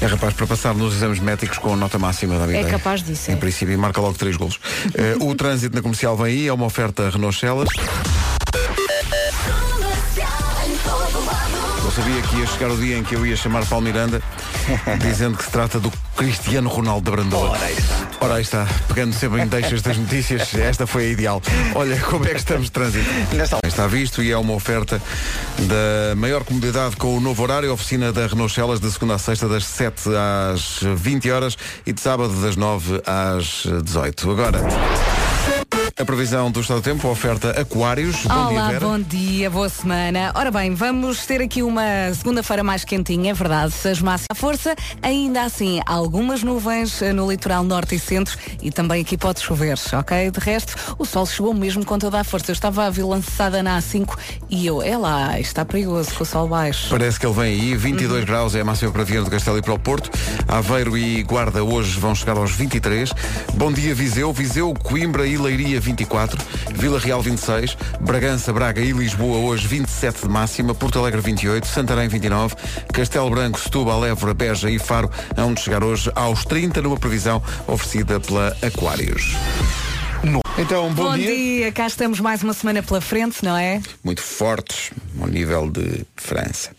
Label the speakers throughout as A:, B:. A: É rapaz para passar nos exames médicos com nota máxima da vida.
B: É capaz disso,
A: Em
B: é.
A: princípio, e marca logo três golos. Eh, o trânsito na comercial vem aí, é uma oferta Renault Celas. Eu sabia que ia chegar o dia em que eu ia chamar Paulo Miranda, dizendo que se trata do Cristiano Ronaldo da Brandoa. Ora aí está. Ora aí está. Pegando sempre em deixas das notícias, esta foi a ideal. Olha, como é que estamos de trânsito?
C: Nesta
A: Está visto e é uma oferta da maior comodidade com o novo horário, oficina da Renault Celas, de segunda a sexta, das 7 às 20 horas e de sábado, das 9 às 18. Agora, a previsão do estado do tempo, oferta Aquários. bom dia,
B: Olá,
A: Vera.
B: bom dia, boa semana. Ora bem, vamos ter aqui uma segunda-feira mais quentinha, é verdade, as massas à força. Ainda assim, há algumas nuvens eh, no litoral norte e centro e também aqui pode chover, ok? De resto, o sol chegou mesmo com toda a força. Eu estava a vir lançada na A5 e eu, é lá, está perigoso com o sol baixo.
A: Parece que ele vem aí, 22 graus é a máxima para Viana do Castelo e para o Porto. Aveiro e Guarda hoje vão chegar aos 23. Bom dia Viseu, Viseu, Coimbra e Leiria 24, Vila Real 26, Bragança, Braga e Lisboa hoje 27 de máxima, Porto Alegre 28, Santarém 29, Castelo Branco, Setúbal, Évora, Beja e Faro vão chegar hoje aos 30 numa previsão oferecida pela Aquários. Então, bom, dia.
B: cá estamos mais uma semana pela frente, não é?
A: Muito fortes ao nível de França.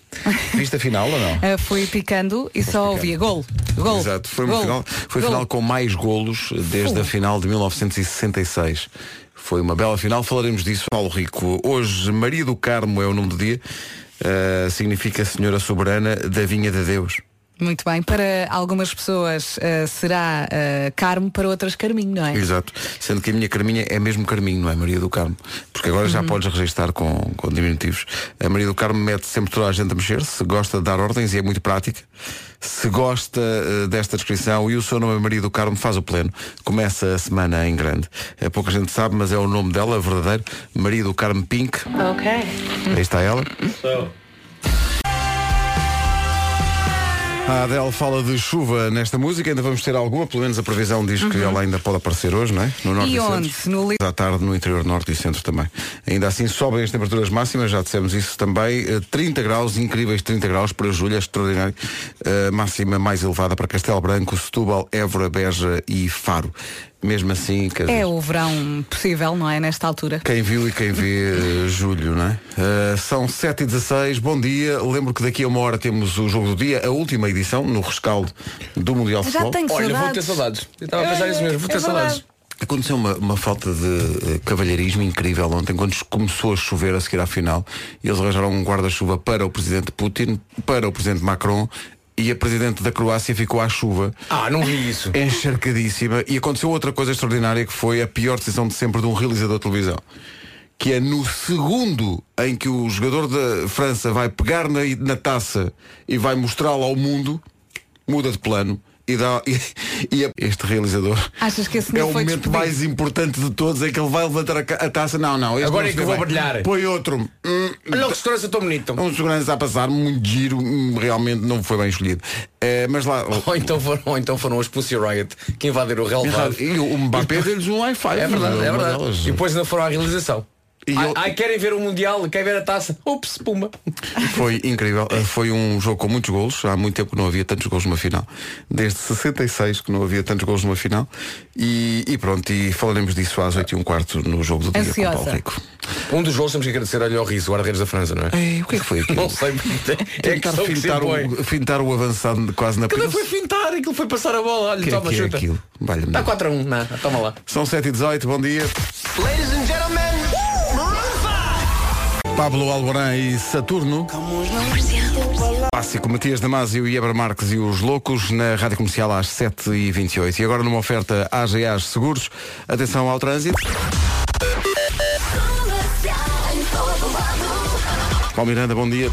A: Viste a final ou não?
B: Eh, fui picando e só ouvia gol, gol.
A: Exato, foi, uma
B: gol,
A: final, foi a
B: gol.
A: final com mais golos desde a final de 1966. Foi uma bela final, falaremos disso. Paulo Rico, hoje Maria do Carmo é o nome do dia, uh, significa Senhora Soberana da Vinha de Deus.
B: Muito bem, para algumas pessoas eh, será eh, Carmo, para outras Carminho, não é?
A: Exato, sendo que a minha Carminha é mesmo Carminho, não é Maria do Carmo? Porque agora já podes registrar com, com diminutivos. A Maria do Carmo mete sempre toda a gente a mexer-se, gosta de dar ordens e é muito prática. Se gosta eh, desta descrição e o seu nome é Maria do Carmo, faz o pleno. Começa a semana em grande. Eh, pouca gente sabe, mas é o nome dela, verdadeiro, Maria do Carmo Pink.
D: Okay.
A: Aí está ela. A Adele fala de chuva nesta música, ainda vamos ter alguma, pelo menos a previsão diz que ela ainda pode aparecer hoje, não é? No norte
B: Uhum. E
A: centro.
B: onde? No li-
A: À tarde no interior norte e centro também. Ainda assim sobem as temperaturas máximas, já dissemos isso também. Eh, 30 graus, incríveis 30 graus para Júlia, extraordinário. Eh, máxima mais elevada para Castelo Branco, Setúbal, Évora, Beja e Faro. Mesmo assim, quer dizer,
B: É o verão possível, não é? Nesta altura.
A: quem viu e quem vê eh, julho, não é? Eh, são 7h16, bom dia. Lembro que daqui a uma hora temos o jogo do dia, a última edição, no rescaldo do Mundial de
B: Já
A: Futebol.
B: tenho
C: Olha, vou ter
B: saudades.
C: saudades. Eu estava a pensar isso mesmo, vou ter
B: É
C: saudades.
A: Aconteceu uma, uma falta de eh, cavalheirismo incrível ontem, quando começou a chover a seguir à final, e eles arranjaram um guarda-chuva para o presidente Putin, para o presidente Macron, e a presidente da Croácia ficou à chuva
C: Ah, não vi isso.
A: encharcadíssima e aconteceu outra coisa extraordinária que foi a pior decisão de sempre de um realizador de televisão que é no segundo em que o jogador da França vai pegar na, na taça e vai mostrá-la ao mundo muda de plano e dá e, e é- este realizador
B: Achas que esse
A: é
B: não
A: o
B: foi
A: momento
B: despedido?
A: mais importante de todos é que ele vai levantar a, ca- a taça não não este
C: Agora
A: não
C: é que
A: se
C: eu vou
A: vai.
C: brilhar.
A: põe outro Hum,
C: Olha o segurança tão bonito.
A: um segurança a passar muito giro hum, realmente não foi bem escolhido Eh, mas lá
C: Ou então foram, ou então foram os Pussy Riot que invadiram o relevado.
A: E o Mbappé deu-lhes um Wi-Fi.
C: É verdade,
A: Uma
C: é
A: delas.
C: verdade. E depois ainda foram à realização.
A: E
C: ai,
A: eu-
C: ai, querem ver o Mundial, querem ver a taça. Ups, puma.
A: Foi incrível.
C: É.
A: Eh, Foi um jogo com muitos golos. Há muito tempo que não havia tantos golos numa final. Desde 66 que não havia tantos golos numa final. E, e pronto, e falaremos disso às 8 e um quarto no jogo do dia
B: Ansiosa.
A: com o Paulo Rico.
C: Um dos gols temos que agradecer ao Lloris, o guarda-redes da França, não é?
A: Ei, o que é que foi aquilo?
C: Não sei, mas é a
A: Tentar
C: questão que se
A: fintar um
C: impõe.
A: o, fintar o avançado quase na
C: Aquilo
A: penalti.
C: foi fintar, aquilo foi passar a bola. Olha,
A: é que é
C: toma,
A: que é
C: chuta. Tá
A: aquilo? Valha-me
C: Está
A: Deus.
C: 4 a 1, não, é? toma lá.
A: São 7 e 18 bom dia. Pablo Alborán e Saturno. Clássico Matias Damasio e Ebra Marques e os Loucos na Rádio Comercial às 7h28. E agora numa oferta AGAs Seguros. Atenção ao trânsito. Paulo Miranda, bom dia.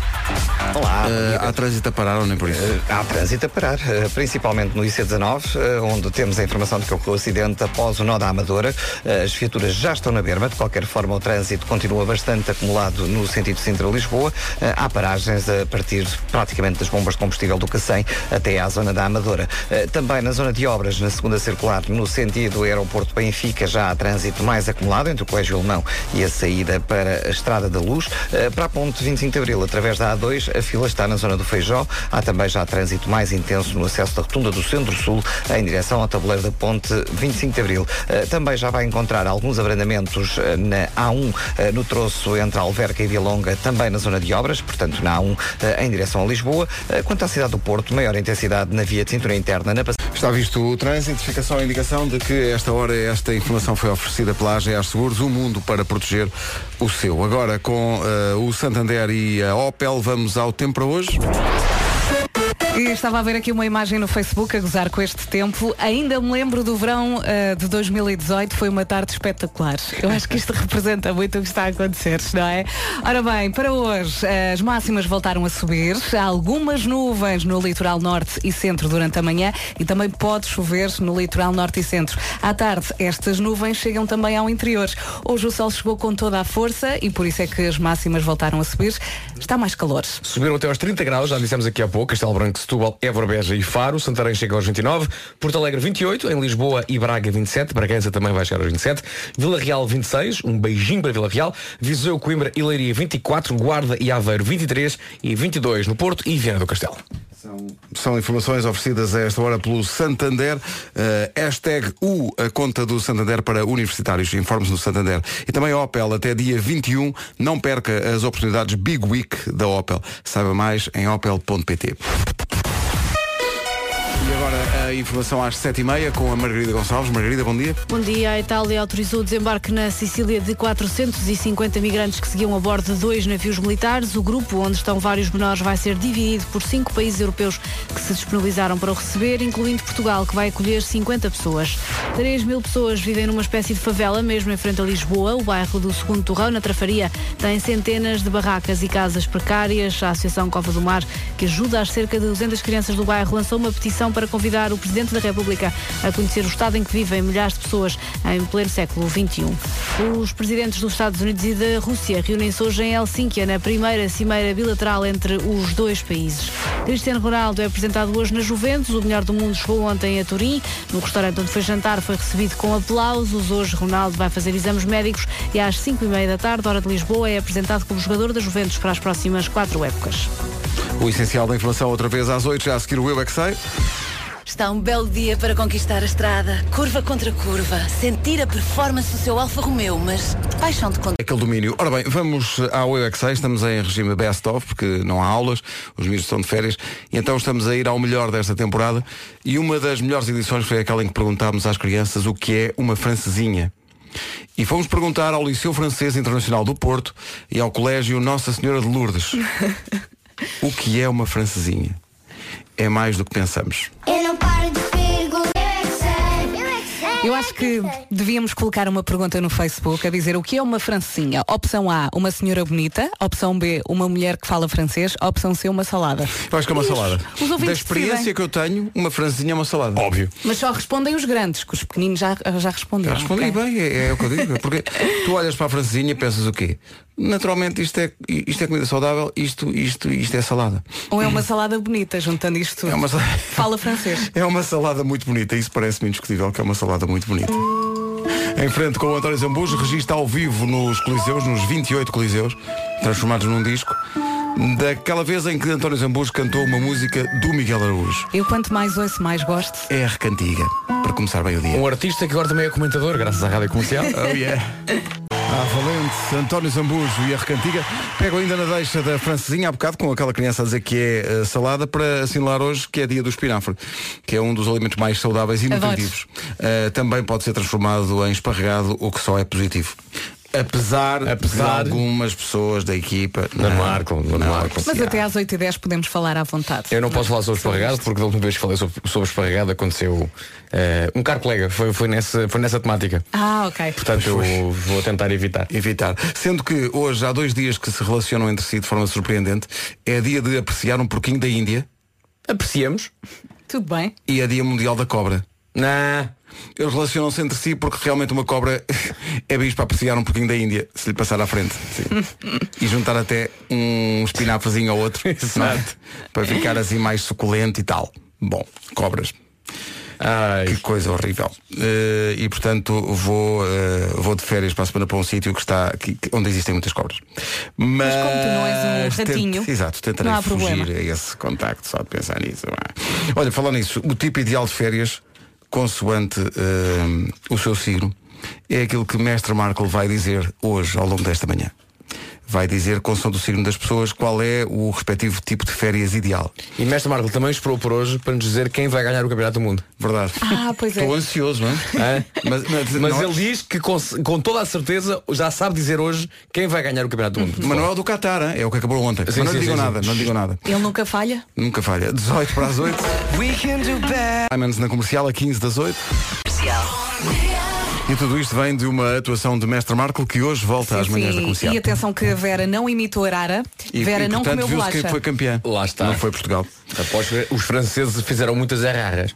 E: Olá.
A: Ah, há trânsito a parar ou nem por isso?
E: Há trânsito a parar, eh, principalmente no IC19, eh, onde temos a informação de que ocorreu acidente após o nó da Amadora. Eh, As viaturas já estão na berma. De qualquer forma, o trânsito continua bastante acumulado no sentido Sintra-Lisboa. Eh, Há paragens a partir praticamente das bombas de combustível do Cacém até à zona da Amadora. Eh, Também na zona de obras, na segunda circular, no sentido aeroporto Benfica, já há trânsito mais acumulado entre o Colégio Alemão e a saída para a Estrada da Luz. Eh, Para a ponte 25 de Abril, através da A2, a fila está na zona do Feijó. Há também já trânsito mais intenso no acesso da rotunda do Centro-Sul em direção ao tabuleiro da ponte 25 de Abril. Eh, Também já vai encontrar alguns abrandamentos eh, na A1, eh, no troço entre Alverca e Vilonga, também na zona de obras, portanto na A1 eh, em direção a Lisboa. Eh, Quanto à cidade do Porto, maior intensidade na via de cintura interna na passagem.
A: Está visto o trânsito, fica só a indicação de que a esta hora esta informação foi oferecida pela AGA Seguros, o mundo para proteger o seu. Agora com eh, o Santander e a Opel, vamos ao tempo para hoje.
B: E estava a ver aqui uma imagem no Facebook a gozar com este tempo. Ainda me lembro do verão ah, de 2018, foi uma tarde espetacular. Eu acho que isto representa muito o que está a acontecer, não é? Ora bem, para hoje eh, as máximas voltaram a subir, há algumas nuvens no litoral norte e centro durante a manhã e também pode chover no litoral norte e centro. À tarde, estas nuvens chegam também ao interior. Hoje o sol chegou com toda a força e por isso é que as máximas voltaram a subir. Está mais calor.
C: Subiram até aos 30 graus, já dissemos aqui há pouco, Castelo Branco, Setúbal, Évora, Beja e Faro, Santarém chega aos 29, Porto Alegre 28, em Lisboa e Braga 27, Bragança também vai chegar aos 27, Vila Real 26, um beijinho para Vila Real, Viseu, Coimbra e Leiria 24, Guarda e Aveiro 23 e 22 no Porto e Viana do Castelo.
A: São informações oferecidas a esta hora pelo Santander. Eh, hashtag U, a conta do Santander para universitários. Informe-se no Santander. E também a Opel, até dia 21. Não perca as oportunidades Big Week da Opel. Saiba mais em opel.pt. E agora a informação às 7h30 com a Margarida Gonçalves. Margarida, bom dia.
D: Bom dia. A Itália autorizou o desembarque na Sicília de 450 migrantes que seguiam a bordo de dois navios militares. O grupo, onde estão vários menores, vai ser dividido por cinco países europeus que se disponibilizaram para o receber, incluindo Portugal, que vai acolher 50 pessoas. 3 mil pessoas vivem numa espécie de favela, mesmo em frente a Lisboa. O bairro do Segundo Torrão, na Trafaria, tem centenas de barracas e casas precárias. A Associação Cova do Mar, que ajuda as cerca de 200 crianças do bairro, lançou uma petição Então, para convidar o Presidente da República a conhecer o estado em que vivem milhares de pessoas em pleno século XXI. Os presidentes dos Estados Unidos e da Rússia reúnem-se hoje em Helsínquia, na primeira cimeira bilateral entre os dois países. Cristiano Ronaldo é apresentado hoje na Juventus. O melhor do mundo chegou ontem a Turim. No restaurante onde foi jantar foi recebido com aplausos. Hoje Ronaldo vai fazer exames médicos e às 5h30 da tarde, hora de Lisboa, é apresentado como jogador da Juventus para as próximas quatro épocas.
A: O essencial da informação outra vez às 8 já a seguir o Eu é que Sei.
F: Está um belo dia para conquistar a estrada, curva contra curva, sentir a performance do seu Alfa Romeo, mas paixão de conduzir.
A: Aquele domínio. Ora bem, vamos ao Eu é que Sei. Estamos em regime best-of, porque não há aulas, os miúdos estão de férias, e então estamos a ir ao melhor desta temporada. E uma das melhores edições foi aquela em que perguntámos às crianças o que é uma francesinha. E fomos perguntar ao Liceu Francês Internacional do Porto e ao Colégio Nossa Senhora de Lourdes o que é uma francesinha. É mais do que pensamos.
G: Eu não paro de perguntar. Eu é que sei. Eu é que sei.
B: Eu acho que devíamos colocar uma pergunta no Facebook a dizer o que é uma francinha. Opção A, uma senhora bonita. Opção B, uma mulher que fala francês. Opção C, uma salada.
A: Eu acho que é uma
B: E os-
A: salada.
B: os ouvintes
A: da experiência
B: decidem.
A: que eu tenho, uma francesinha é uma salada. Óbvio.
B: Mas só respondem os grandes, que os pequeninos já, já responderam.
A: Respondi
B: Ah, ok?
A: bem, é, é o que eu digo. Porque tu olhas para a francesinha e pensas o quê? Naturalmente isto é, isto é comida saudável, isto, isto, isto é salada.
B: Ou é uma salada bonita, juntando isto tudo.
A: É uma, sal-
B: Fala francês.
A: é uma salada muito bonita, isso parece-me indiscutível que é uma salada muito bonita. Em frente com o António Zambujo, regista ao vivo nos Coliseus, nos 28 Coliseus, transformados num disco, daquela vez em que António Zambujo cantou uma música do Miguel Araújo.
B: Eu quanto mais ouço, mais gosto.
A: É a recantiga, para começar bem o dia.
C: Um artista que agora também é comentador, graças à Rádio Comercial.
A: Oh yeah. Ah, valente, António Zambujo e a Recantiga. Pego ainda na deixa da francesinha há bocado com aquela criança a dizer que é eh, salada para assinalar hoje que é dia do espinafre, que é um dos alimentos mais saudáveis e
B: Adoro.
A: nutritivos. Eh, também pode ser transformado em esparregado, o que só é positivo. Apesar,
C: Apesar-
A: de algumas pessoas da equipa.
C: Não marcam, não marcam.
B: Mas até às 8h10 podemos falar à vontade.
C: Eu não posso falar sobre esparregado porque da última vez que falei sobre, sobre esparregado aconteceu eh, um caro colega, foi, foi, nessa, foi nessa temática.
B: Ah, ok.
C: Portanto, eu vou tentar evitar.
A: Evitar. Sendo que hoje há dois dias que se relacionam entre si de forma surpreendente. É dia de apreciar um porquinho da Índia
C: Apreciamos?
B: Tudo bem.
A: e é dia mundial da cobra.
C: Não.
A: Eles relacionam-se entre si porque realmente uma cobra é bicho para apreciar um pouquinho da Índia, se lhe passar à frente. e juntar até um espinafrezinho ao outro, não é? para ficar assim mais suculento e tal. Bom, cobras.
C: Ai.
A: Que coisa horrível. Eh, e portanto vou, eh, vou de férias para a semana para um sítio que está que- que- onde existem muitas cobras. Mas,
B: como tu não és um
A: tento-
B: ratinho,
A: exato, tentarei
B: não há
A: fugir
B: problema.
A: a esse contacto, só de pensar nisso. vá. Olha, falando nisso, o tipo ideal de férias, consoante eh, o seu signo, é aquilo que Mestre Marco vai dizer hoje, ao longo desta manhã. Vai dizer, consoante o signo das pessoas, qual é o respectivo tipo de férias ideal.
C: E Mestre Marco também esperou por hoje para nos dizer quem vai ganhar o Campeonato do Mundo.
A: Verdade.
B: Ah, pois é.
A: Estou ansioso, não é?
C: Hã?
A: Mas, mas,
C: Mas
A: não, é
C: ele diz que com, com toda a certeza já sabe dizer hoje quem vai ganhar o Campeonato do Mundo.
A: mas não é o do Qatar, hein? é o que acabou ontem.
C: Sim,
A: mas não
C: sim,
A: lhe digam
C: sim,
A: nada,
C: sim.
A: não lhe digam nada.
B: Ele nunca falha?
A: Nunca falha. 18 para as 8. Diamonds na comercial a 15 das 8. E tudo isto vem de uma atuação de Mestre Marco que hoje volta às
B: Sim,
A: manhãs
B: sim.
A: da comercial.
B: E atenção que a Vera não imitou Arara.
A: E-
B: Vera
A: e,
B: não
A: portanto,
B: comeu
A: viu-se
B: bolacha.
A: quem foi campeã.
C: Lá está.
A: Não foi Portugal.
C: Após ver, os franceses fizeram muitas erraras.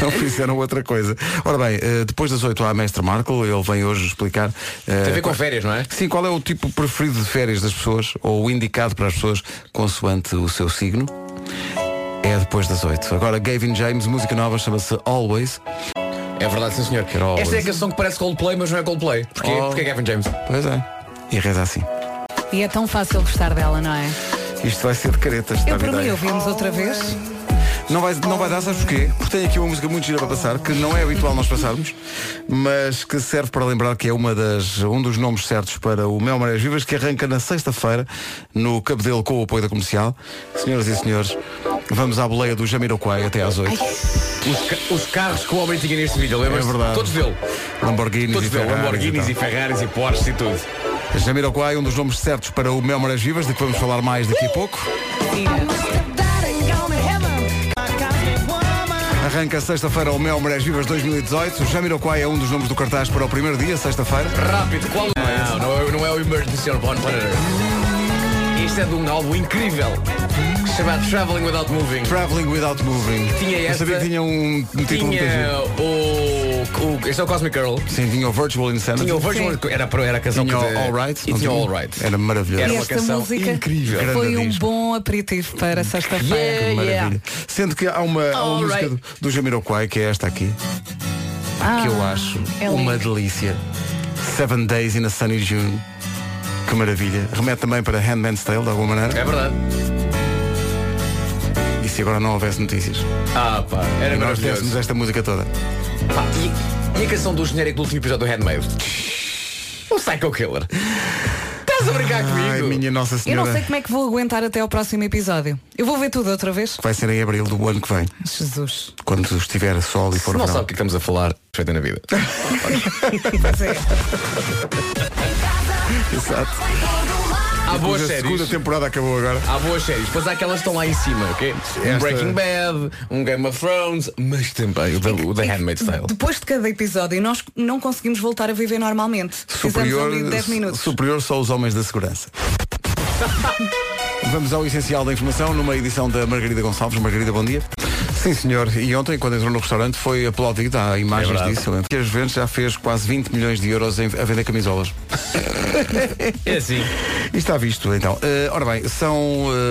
A: Não fizeram outra coisa. Ora bem, eh, depois das 8 há Mestre Marco, ele vem hoje explicar. eh,
C: Tem a ver com
A: qual-
C: férias, não é?
A: Sim, qual é o tipo preferido de férias das pessoas ou o indicado para as pessoas consoante o seu signo? É depois das oito. Agora Gavin James, música nova, chama-se Always.
C: É verdade, sim senhor.
A: always.
C: Esta é a canção que parece Coldplay, mas não é Coldplay. Porquê?
A: Oh.
C: Porque é Gavin James.
A: Pois é. E reza assim.
B: E é tão fácil gostar dela, não é?
A: Isto vai ser de caretas.
B: Eu
A: dá-me
B: por mim
A: ideia.
B: ouvimos outra vez.
A: Não vai, não vai dar, sabes porquê? Porque tenho aqui uma música muito gira para passar, que não é habitual nós passarmos, mas que serve para lembrar que é uma das, um dos nomes certos para o Mel Marés Vivas, que arranca na sexta-feira, no Cabedelo, com o apoio da comercial. Senhoras e senhores, vamos à boleia do Jamiroquai até às oito.
C: Os, ca- os carros que o homem tinha neste vídeo,
A: É
C: lembras?
A: verdade.
C: Todos dele.
A: Lamborghinis
C: Todos
A: e
C: dele.
A: Ferraris
C: Lamborghinis
A: e
C: e Ferraris e Porsche e tudo.
A: tal. Jamiroquai, um dos nomes certos para o Memórias Vivas, de que vamos falar mais daqui a pouco. Arranca sexta-feira o Memórias Vivas 2018. O Jamiroquai é um dos nomes do cartaz para o primeiro dia, sexta-feira.
C: Rápido, qual não, não, é- não é o Emergency on Bon Planet Earth. Isto é de um álbum incrível chamado Traveling Without Moving.
A: Traveling Without Moving.
C: Tinha
A: Eu
C: esta-
A: sabia que tinha um, um título muito giro.
C: Tinha o, o. Este é o Cosmic Girl.
A: Sim, tinha o Virtual Insanity.
C: Tinha o Virgin era, era a canção
A: Tinha
C: que
A: o
C: te-
A: All Right.
C: E
A: não
C: tinha o All Right.
A: Era maravilhoso.
C: Era uma
B: Esta
C: canção
B: música
C: incrível.
B: foi
A: Grande
B: um
A: disco.
B: bom aperitivo para sexta-feira.
A: é Que
C: Yeah,
A: maravilha.
C: yeah.
A: Sendo que há uma, há uma
C: All
A: música
C: right.
A: do, do Jamiroquai, que é esta aqui,
B: Ah,
A: que eu acho
B: é
A: uma
B: lindo.
A: delícia. Seven Days in a Sunny June. Que maravilha. Remete também para Handman's Tale, de alguma maneira.
C: É verdade.
A: E se agora não houvesse notícias?
C: Ah, pá, era
A: E nós dessemos
C: É. maravilhoso.
A: esta música toda.
C: Pá, e, e a canção do genérico do último episódio do Handmade? O Psycho Killer. Estás a brincar
A: Ai,
C: comigo?
A: minha Nossa
B: Eu
A: Senhora.
B: não sei como é que vou aguentar até ao próximo episódio. Eu vou ver tudo outra vez.
A: Vai ser em abril do ano que vem,
B: Jesus.
A: quando estiver sol e
C: Se
A: for
C: não
A: verão.
C: sabe o que estamos a falar, feita na vida.
B: Pois é.
A: Exato.
C: Há boas
A: Mas a
C: séries.
A: segunda temporada acabou agora.
C: Há boas séries. Depois há aquelas que estão lá em cima, ok? Um
A: Esta-
C: Breaking Bad, um Game of Thrones, mas também o da, o da Handmaid's Tale.
B: Depois de cada episódio, nós não conseguimos voltar a viver normalmente.
A: superior,
B: Fizemos ali 10 minutos.
A: superior só os homens da segurança. Vamos ao essencial da informação numa edição da Margarida Gonçalves. Margarida, bom dia. Sim, senhor. É E ontem, quando entrou no restaurante, foi aplaudido. Há imagens
C: verdade.
A: disso. Que as Juventus já fez quase 20 milhões de euros em- a vender camisolas.
C: É assim.
A: E está visto, então. Eh, ora bem, são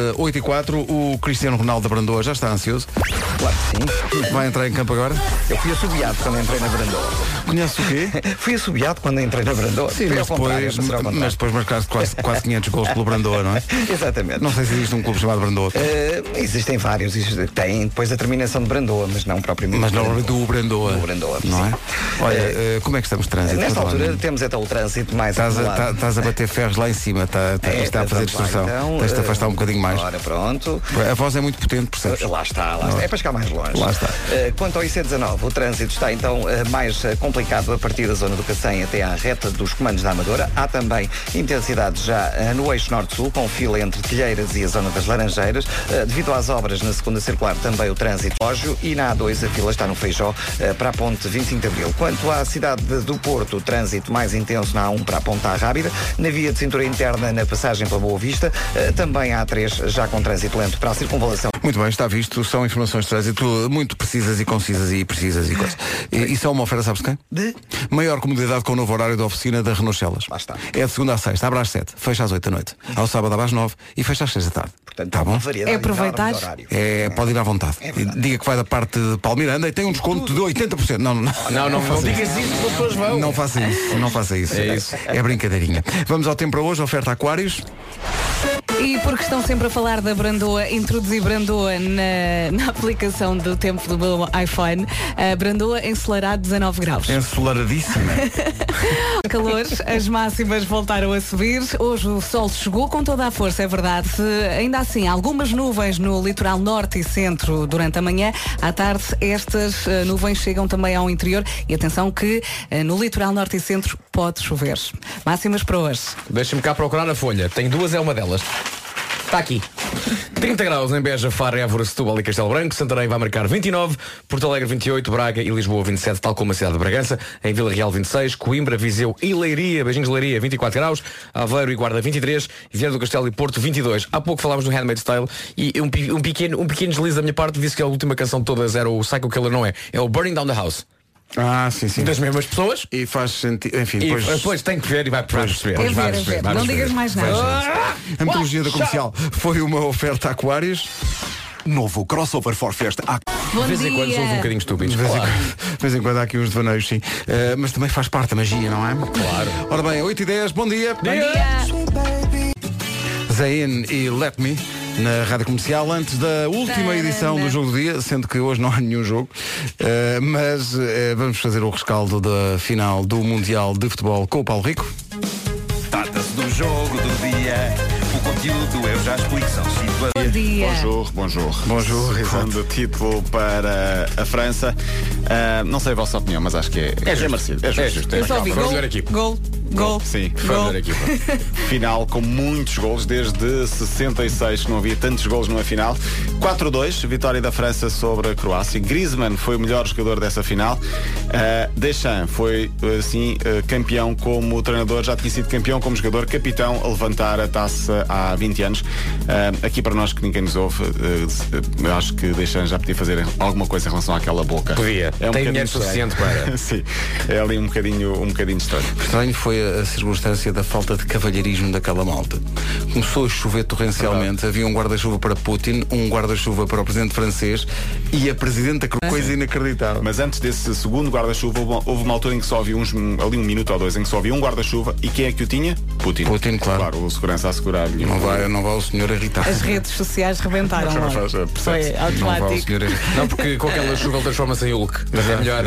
A: eh, 8 e 4. O Cristiano Ronaldo da Brandoa já está ansioso.
E: Claro que sim.
A: Vai entrar em campo agora.
E: Eu fui assobiado quando entrei na Brandoa.
A: Conhece o quê?
E: Fui assobiado quando entrei na Brandoa.
A: Sim,
E: Foi
A: mas
E: ao contrário,
A: depois,
E: mas será ao
A: mas
E: contrário.
A: depois marcaste quase, quase 500 gols pelo Brandoa, não é?
E: Exatamente.
A: Não sei se existe um clube chamado Brandoa.
E: Eh, existem vários, existe- tem depois a terminação de Brandoa, mas não propriamente.
A: Mas não
E: Brandoa.
A: do Brandoa.
E: Do Brandoa,
A: Não
E: sim.
A: é? Olha, eh, como é que estamos de trânsito?
E: Nesta
A: Conta lá,
E: altura
A: Nuno.
E: temos até o trânsito mais
A: né? Estás a,
E: acumulado.
A: tá- estás a bater ferros lá em cima, tá, tá-
E: É,
A: está a fazer
E: vamos lá,
A: distorção.
E: então,
A: Tens de
E: eh,
A: afastar um bocadinho mais.
E: Ora, pronto.
A: A voz é muito potente, percebes?
E: Lá está, lá está. É para chegar mais longe.
A: Lá está.
E: Eh, quanto ao IC19, o trânsito está então eh, mais eh, complicado a partir da zona do Cacém até à reta dos comandos da Amadora. Há também intensidade já eh, no eixo norte-sul, com fila entre Telheiras e a zona das Laranjeiras. Eh, devido às obras na segunda circular, também o trânsito ógio e na A2 a fila está no Feijó eh, para a ponte 25 de Abril. um, Quanto à cidade de- do Porto, o trânsito mais intenso na A1 para a ponta à Rábida, na via de cintura interna na passagem pela Boa Vista. Eh, Também a A3 já com trânsito lento para a circunvalação.
A: Muito bem, está visto. São informações de trânsito muito precisas e concisas e precisas e coisas. E- Isso é uma oferta, sabes de quem?
E: De?
A: Maior comodidade com o novo horário da oficina da Renault Celas.
E: Lá está.
A: É de segunda à sexta, abre às sete, fecha às oito da noite. Ao sábado abre às nove e fecha às seis da tarde.
E: Portanto,
A: tá
E: há
C: um
A: bom?
E: uma variedade
B: É aproveitar.
E: enorme de horário.
A: É, pode ir à vontade.
E: verdade.
A: Diga que vai da parte de Palmiranda e tem um desconto de 80%. Não, não, não.
C: Não, não, não
A: faça
C: digas
A: isso.
C: isso, as pessoas vão.
A: Não faça isso, não faça isso.
C: É isso.
A: É brincadeirinha. Vamos ao tempo para hoje, oferta Aquários.
B: E porque estão sempre a falar da Brandoa, introduzi Brandoa na, na aplicação do tempo do meu iPhone. A Brandoa ensolarado 19 graus.
A: Ensolaradíssima.
B: Calor, as máximas voltaram a subir. Hoje o sol chegou com toda a força, é verdade. Eh, Ainda assim, algumas nuvens no litoral norte e centro durante a manhã. À tarde, estas eh, nuvens chegam também ao interior. E atenção que eh, no litoral norte e centro pode chover. Máximas para hoje.
C: Deixa-me cá procurar a folha. Tenho duas, é uma delas. Está aqui. 30 graus em Beja, Faro, Évora, Setúbal e Castelo Branco. Santarém vai marcar 29, Porto Alegre 28, Braga e Lisboa 27, tal como a cidade de Bragança. Em Vila Real 26, Coimbra, Viseu e Leiria, Beijinhos de Leiria 24 graus, Aveiro e Guarda 23, Vieira do Castelo e Porto 22. Há pouco falámos do Handmade Style e um, pe- um pequeno, um pequeno deslize da minha parte disse que a última canção de todas era o Psycho Killer, não é? É o Burning Down the House.
A: Ah, sim, sim.
C: Das mesmas pessoas.
A: E faz sentido. Enfim,
C: E
A: depois.
C: depois, tem que ver e vai vai perceber.
B: É ver,
C: Vai
B: é
C: perceber,
B: ver.
C: vai
B: Não
C: perceber. é,
B: digas mais nada.
A: A mitologia da comercial foi uma oferta a Aquários.
H: Novo crossover for festa. Há
B: Bom
C: De vez em quando somos um
B: dia.
C: bocadinho estúpidos.
A: De vez, em
C: Claro.
A: quando, de vez em quando há aqui uns devaneios, sim. Eh, mas também faz parte da magia, não é? Claro. Ora bem, 8 e 10, bom dia.
B: Bom dia.
A: Zayn e Let Me. Na rádio comercial, antes da última edição do jogo do dia, sendo que hoje não há nenhum jogo, eh, mas eh, vamos fazer o rescaldo da final do Mundial de Futebol com o Paulo Rico.
H: Trata-se do jogo do dia. O conteúdo eu já explico. São situações.
B: Bom dia.
I: Bonjour, bonjour.
A: Bonjour, exato.
I: Segundo título para a França. Ah, não sei a vossa opinião, mas acho que é, é, merecido. É justo.
B: Eu só vi
C: Foi a
B: gol,
C: melhor equipa.
B: gol, gol.
I: Sim,
C: Foi a
B: Gol.
C: melhor equipa.
I: Final com muitos gols, desde 66 que não havia tantos gols numa final. 4-2, vitória da França sobre a Croácia. Griezmann foi o melhor jogador dessa final. Ah, Deschamps foi, assim, ah, campeão como treinador, já tinha sido campeão como jogador, capitão a levantar a taça há 20 anos. Ah, aqui para nós que ninguém nos ouve, ah, eu acho que Deschamps já podia fazer alguma coisa em relação àquela boca. É um
C: Podia. Tem
I: bocadinho
C: dinheiro
I: estranho.
C: suficiente para.
I: Sim, é ali um bocadinho, um bocadinho estranho.
A: Estranho foi a- a circunstância da falta de cavalheirismo daquela malta. Começou a chover torrencialmente, havia um guarda-chuva para Putin, um guarda-chuva para o presidente francês e a presidente da Cro- coisa inacreditável.
I: Mas antes desse segundo guarda-chuva, houve- houve uma altura em que só havia uns, ali um minuto ou dois, em que só havia um guarda-chuva e quem é que o tinha? Putin.
A: Putin, claro.
I: o segurança a segurar-lhe.
A: Não vai, não vai o senhor irritar.
B: As redes sociais rebentaram.
I: Não
B: logo.
I: faz, é,
B: Foi
I: percebe-se.
A: Não vai o
B: automático.
A: senhor irritar.
C: eh, Não, porque com aquela chuva ele transforma-se em Hulk. Mas é melhor.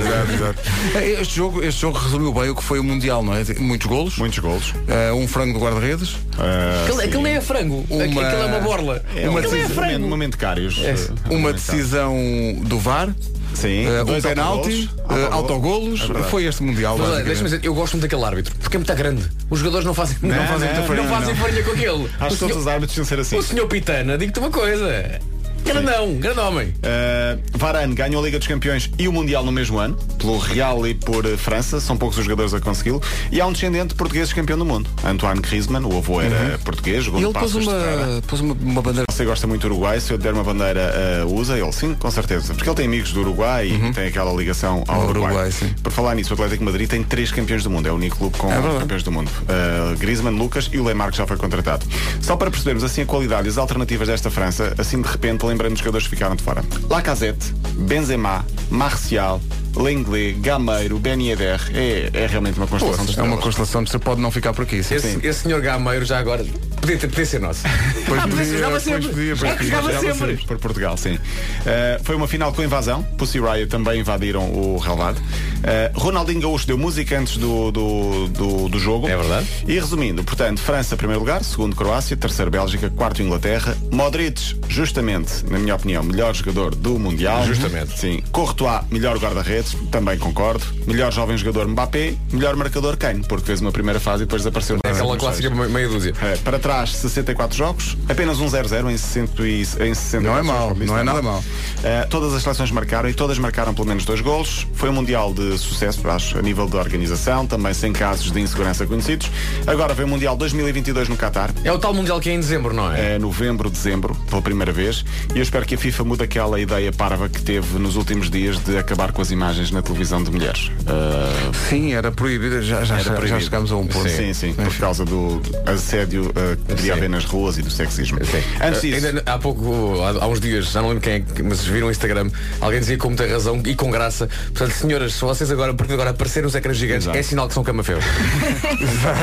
A: Este jogo, este jogo resumiu bem o que foi o Mundial, não é? Muitos golos,
I: Muitos golos.
A: eh, um frango do guarda-redes,
I: Ah,
C: Aquilo,
I: sim.
C: aquilo é frango.
A: Uma-
C: Aquilo é uma borla.
I: É
A: uma
I: um-
A: decisão-
I: um momento- um momento cários. Ah,
A: É. uma
I: um
A: decisão do VAR,
I: Sim.
A: eh, um
I: É, Dois
A: penalti,
I: autogolos. É
A: eh, autogolos.
I: verdade.
A: foi este Mundial.
C: Mas olha,
A: basicamente.
C: Deixa-me dizer, eu gosto muito daquele árbitro, porque é muito grande. Os jogadores não fazem, não,
I: fazem
C: fazem,
I: muita farinha,
C: não fazem
I: não.
C: farinha com aquele.
I: Acho que
C: o,
I: todos os
C: senhor,
I: árbitros tinham de ser assim.
C: o senhor Pitana, digo-te uma coisa. Grandão, grande homem.
I: Uh, Varane ganhou a Liga dos Campeões e o Mundial no mesmo ano, pelo Real e por uh, França, são poucos os jogadores a consegui-lo. E há um descendente português campeão do mundo, Antoine Griezmann, o avô era português, jogou
A: Uhum. E
I: no
A: ele pôs
I: Passos de Ferreira.
A: uma, pôs uma, uma bandeira.
I: Você gosta muito do Uruguai, se eu te der uma bandeira, uh, usa ele, sim, com certeza. Porque ele tem amigos do Uruguai e tem aquela ligação ao
A: Uhum. Ao
I: Uruguai.
A: Uruguai, sim.
I: Por falar nisso, o Atlético de Madrid tem três campeões do mundo, é o único clube com
A: É verdade.
I: campeões do mundo. Uh, Griezmann, Lucas e o Lemar, que já foi contratado. Só para percebermos assim a qualidade e as alternativas desta França, assim de repente lembrando os jogadores que ficaram de fora. Lacazette, Benzema, Marcial, Lenglet, Gameiro, Ben Yedder, é, é realmente uma constelação de
A: É uma
I: estrelas.
A: constelação de ser, pode não ficar por aqui. sim. É
C: Esse, esse senhor Gameiro já agora podia, ter- podia ser nosso.
A: Pois
C: Ah, mas isso jogava
A: pois
C: sempre.
A: podia, pois
C: É que
A: podia.
C: jogava
I: Jogava
C: sempre.
I: sempre Por Portugal, sim. Uh, foi uma final com invasão. Pussy Riot também invadiram o relvado. Uh, Ronaldinho Gaúcho deu música antes do, do, do, do jogo.
C: É verdade.
I: E resumindo, portanto, França, primeiro lugar, segundo Croácia, terceiro Bélgica, quarto Inglaterra. Modric, justamente, na minha opinião, melhor jogador do Mundial.
C: Justamente.
I: Sim. Courtois, melhor guarda-redes, também concordo. Melhor jovem jogador Mbappé, melhor marcador Kane, porque fez uma primeira fase e depois desapareceu.
C: É
I: nas
C: aquela
I: últimas
C: clássica
I: seis.
C: me- meia dúzia.
I: É, para trás, 64 jogos, apenas um 0-0 em 60 e, em 60
A: Não é mau,
I: jogos.
A: não é nada mau.
I: Eh, todas as seleções marcaram e todas marcaram pelo menos dois golos. Foi um Mundial de sucesso, acho, a nível de organização, também sem casos de insegurança conhecidos. Agora vem o Mundial 2022 no Qatar.
C: É o tal Mundial que é em dezembro, não é?
I: É novembro, dezembro, pela primeira vez. E eu espero que a FIFA mude aquela ideia parva que teve nos últimos dias de acabar com as imagens na televisão de mulheres. Ah,
A: Sim, era proibido. Já, já, já- já
I: proibido.
A: chegámos a um ponto.
I: Sim, sim, por causa do assédio ah, que devia haver nas ruas e do sexismo. Antes
C: Eh,
I: disso.
C: ainda há pouco, há, há uns dias, já não lembro quem é, que- mas viram o Instagram, alguém dizia com muita razão e com graça. Portanto, senhoras, se vocês agora, porque agora aparecerem os ecrãs gigantes,
I: Exato.
C: é sinal que são camafeus.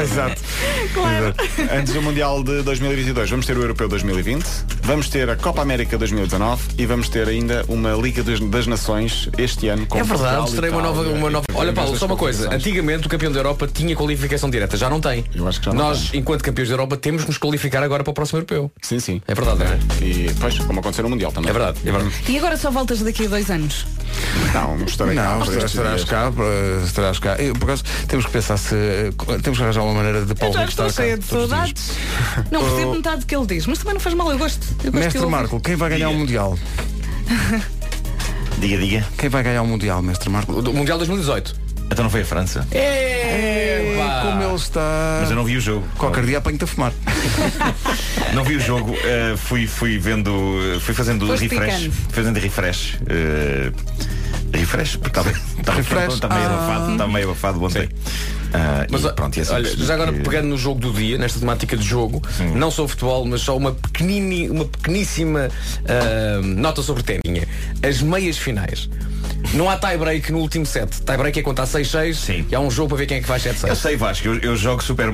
I: Exato. Antes do Mundial de 2022, vamos ter o Europeu 2020, vamos ter a Copa América 2019 e vamos ter ainda uma Liga das, das Nações este ano. Com
C: É verdade,
I: Portugal,
C: mostrei uma nova,
I: Itália
C: uma
I: e-
C: nova.
I: e-
C: Olha, Paulo,
I: estas
C: só uma coisa.
I: competições.
C: Antigamente o campeão da Europa tinha qualificação direta, já não tem.
I: Eu acho que já não
C: Nós, enquanto campeões da Europa, temos que nos qualificar agora para o próximo europeu.
I: Sim, sim.
C: É verdade, não é?
I: E pois, como aconteceu no Mundial também.
C: É verdade, é verdade.
B: E agora só voltas daqui a dois anos.
I: Não, mostrei
A: Não, estarás, estarás cá, eh, estarás cá. Eu, por acaso, temos que pensar se. eh, Temos que arranjar uma maneira de Paulo
B: Já
A: Rico estar
B: estou
A: cá
B: cheia é de
A: todos os dias.
B: saudades. Não percebo metade do que ele diz, mas também não faz mal, eu gosto. Eu gosto de
A: Mestre
B: ouvir.
A: Marco, quem vai ganhar o Mundial?
E: Diga, diga.
A: Quem vai ganhar o Mundial, Mestre Marco?
C: O do- Mundial 2018.
E: Então não foi a França.
B: É.
A: Ei, É, como ele
E: Mas eu
A: está.
E: não vi o jogo.
A: Qualquer dia apanho-te a fumar.
E: Não vi o jogo, eh, fui, fui vendo, eh, fui fazendo
B: Foste
E: refresh.
B: picando.
E: Fazendo refresh. eh, refresh, porque estava
A: Refresh.
E: está meio
B: Ah.
E: abafado, está meio abafado ontem. Ah,
C: Mas
E: e
C: ó,
E: pronto, e é assim
C: olha,
E: que-
C: já agora
E: que-
C: pegando no jogo do dia, nesta temática de jogo, não só o futebol, mas só uma, pequenini, uma pequeníssima ah, nota sobre terrinha. As meias finais. Não há tie-break no último set. Tie-break é contar 6-6
E: Sim.
C: e há um jogo para ver quem é que vai
E: Eu
C: 7-6.
E: sei, Vasco, eu, eu jogo Super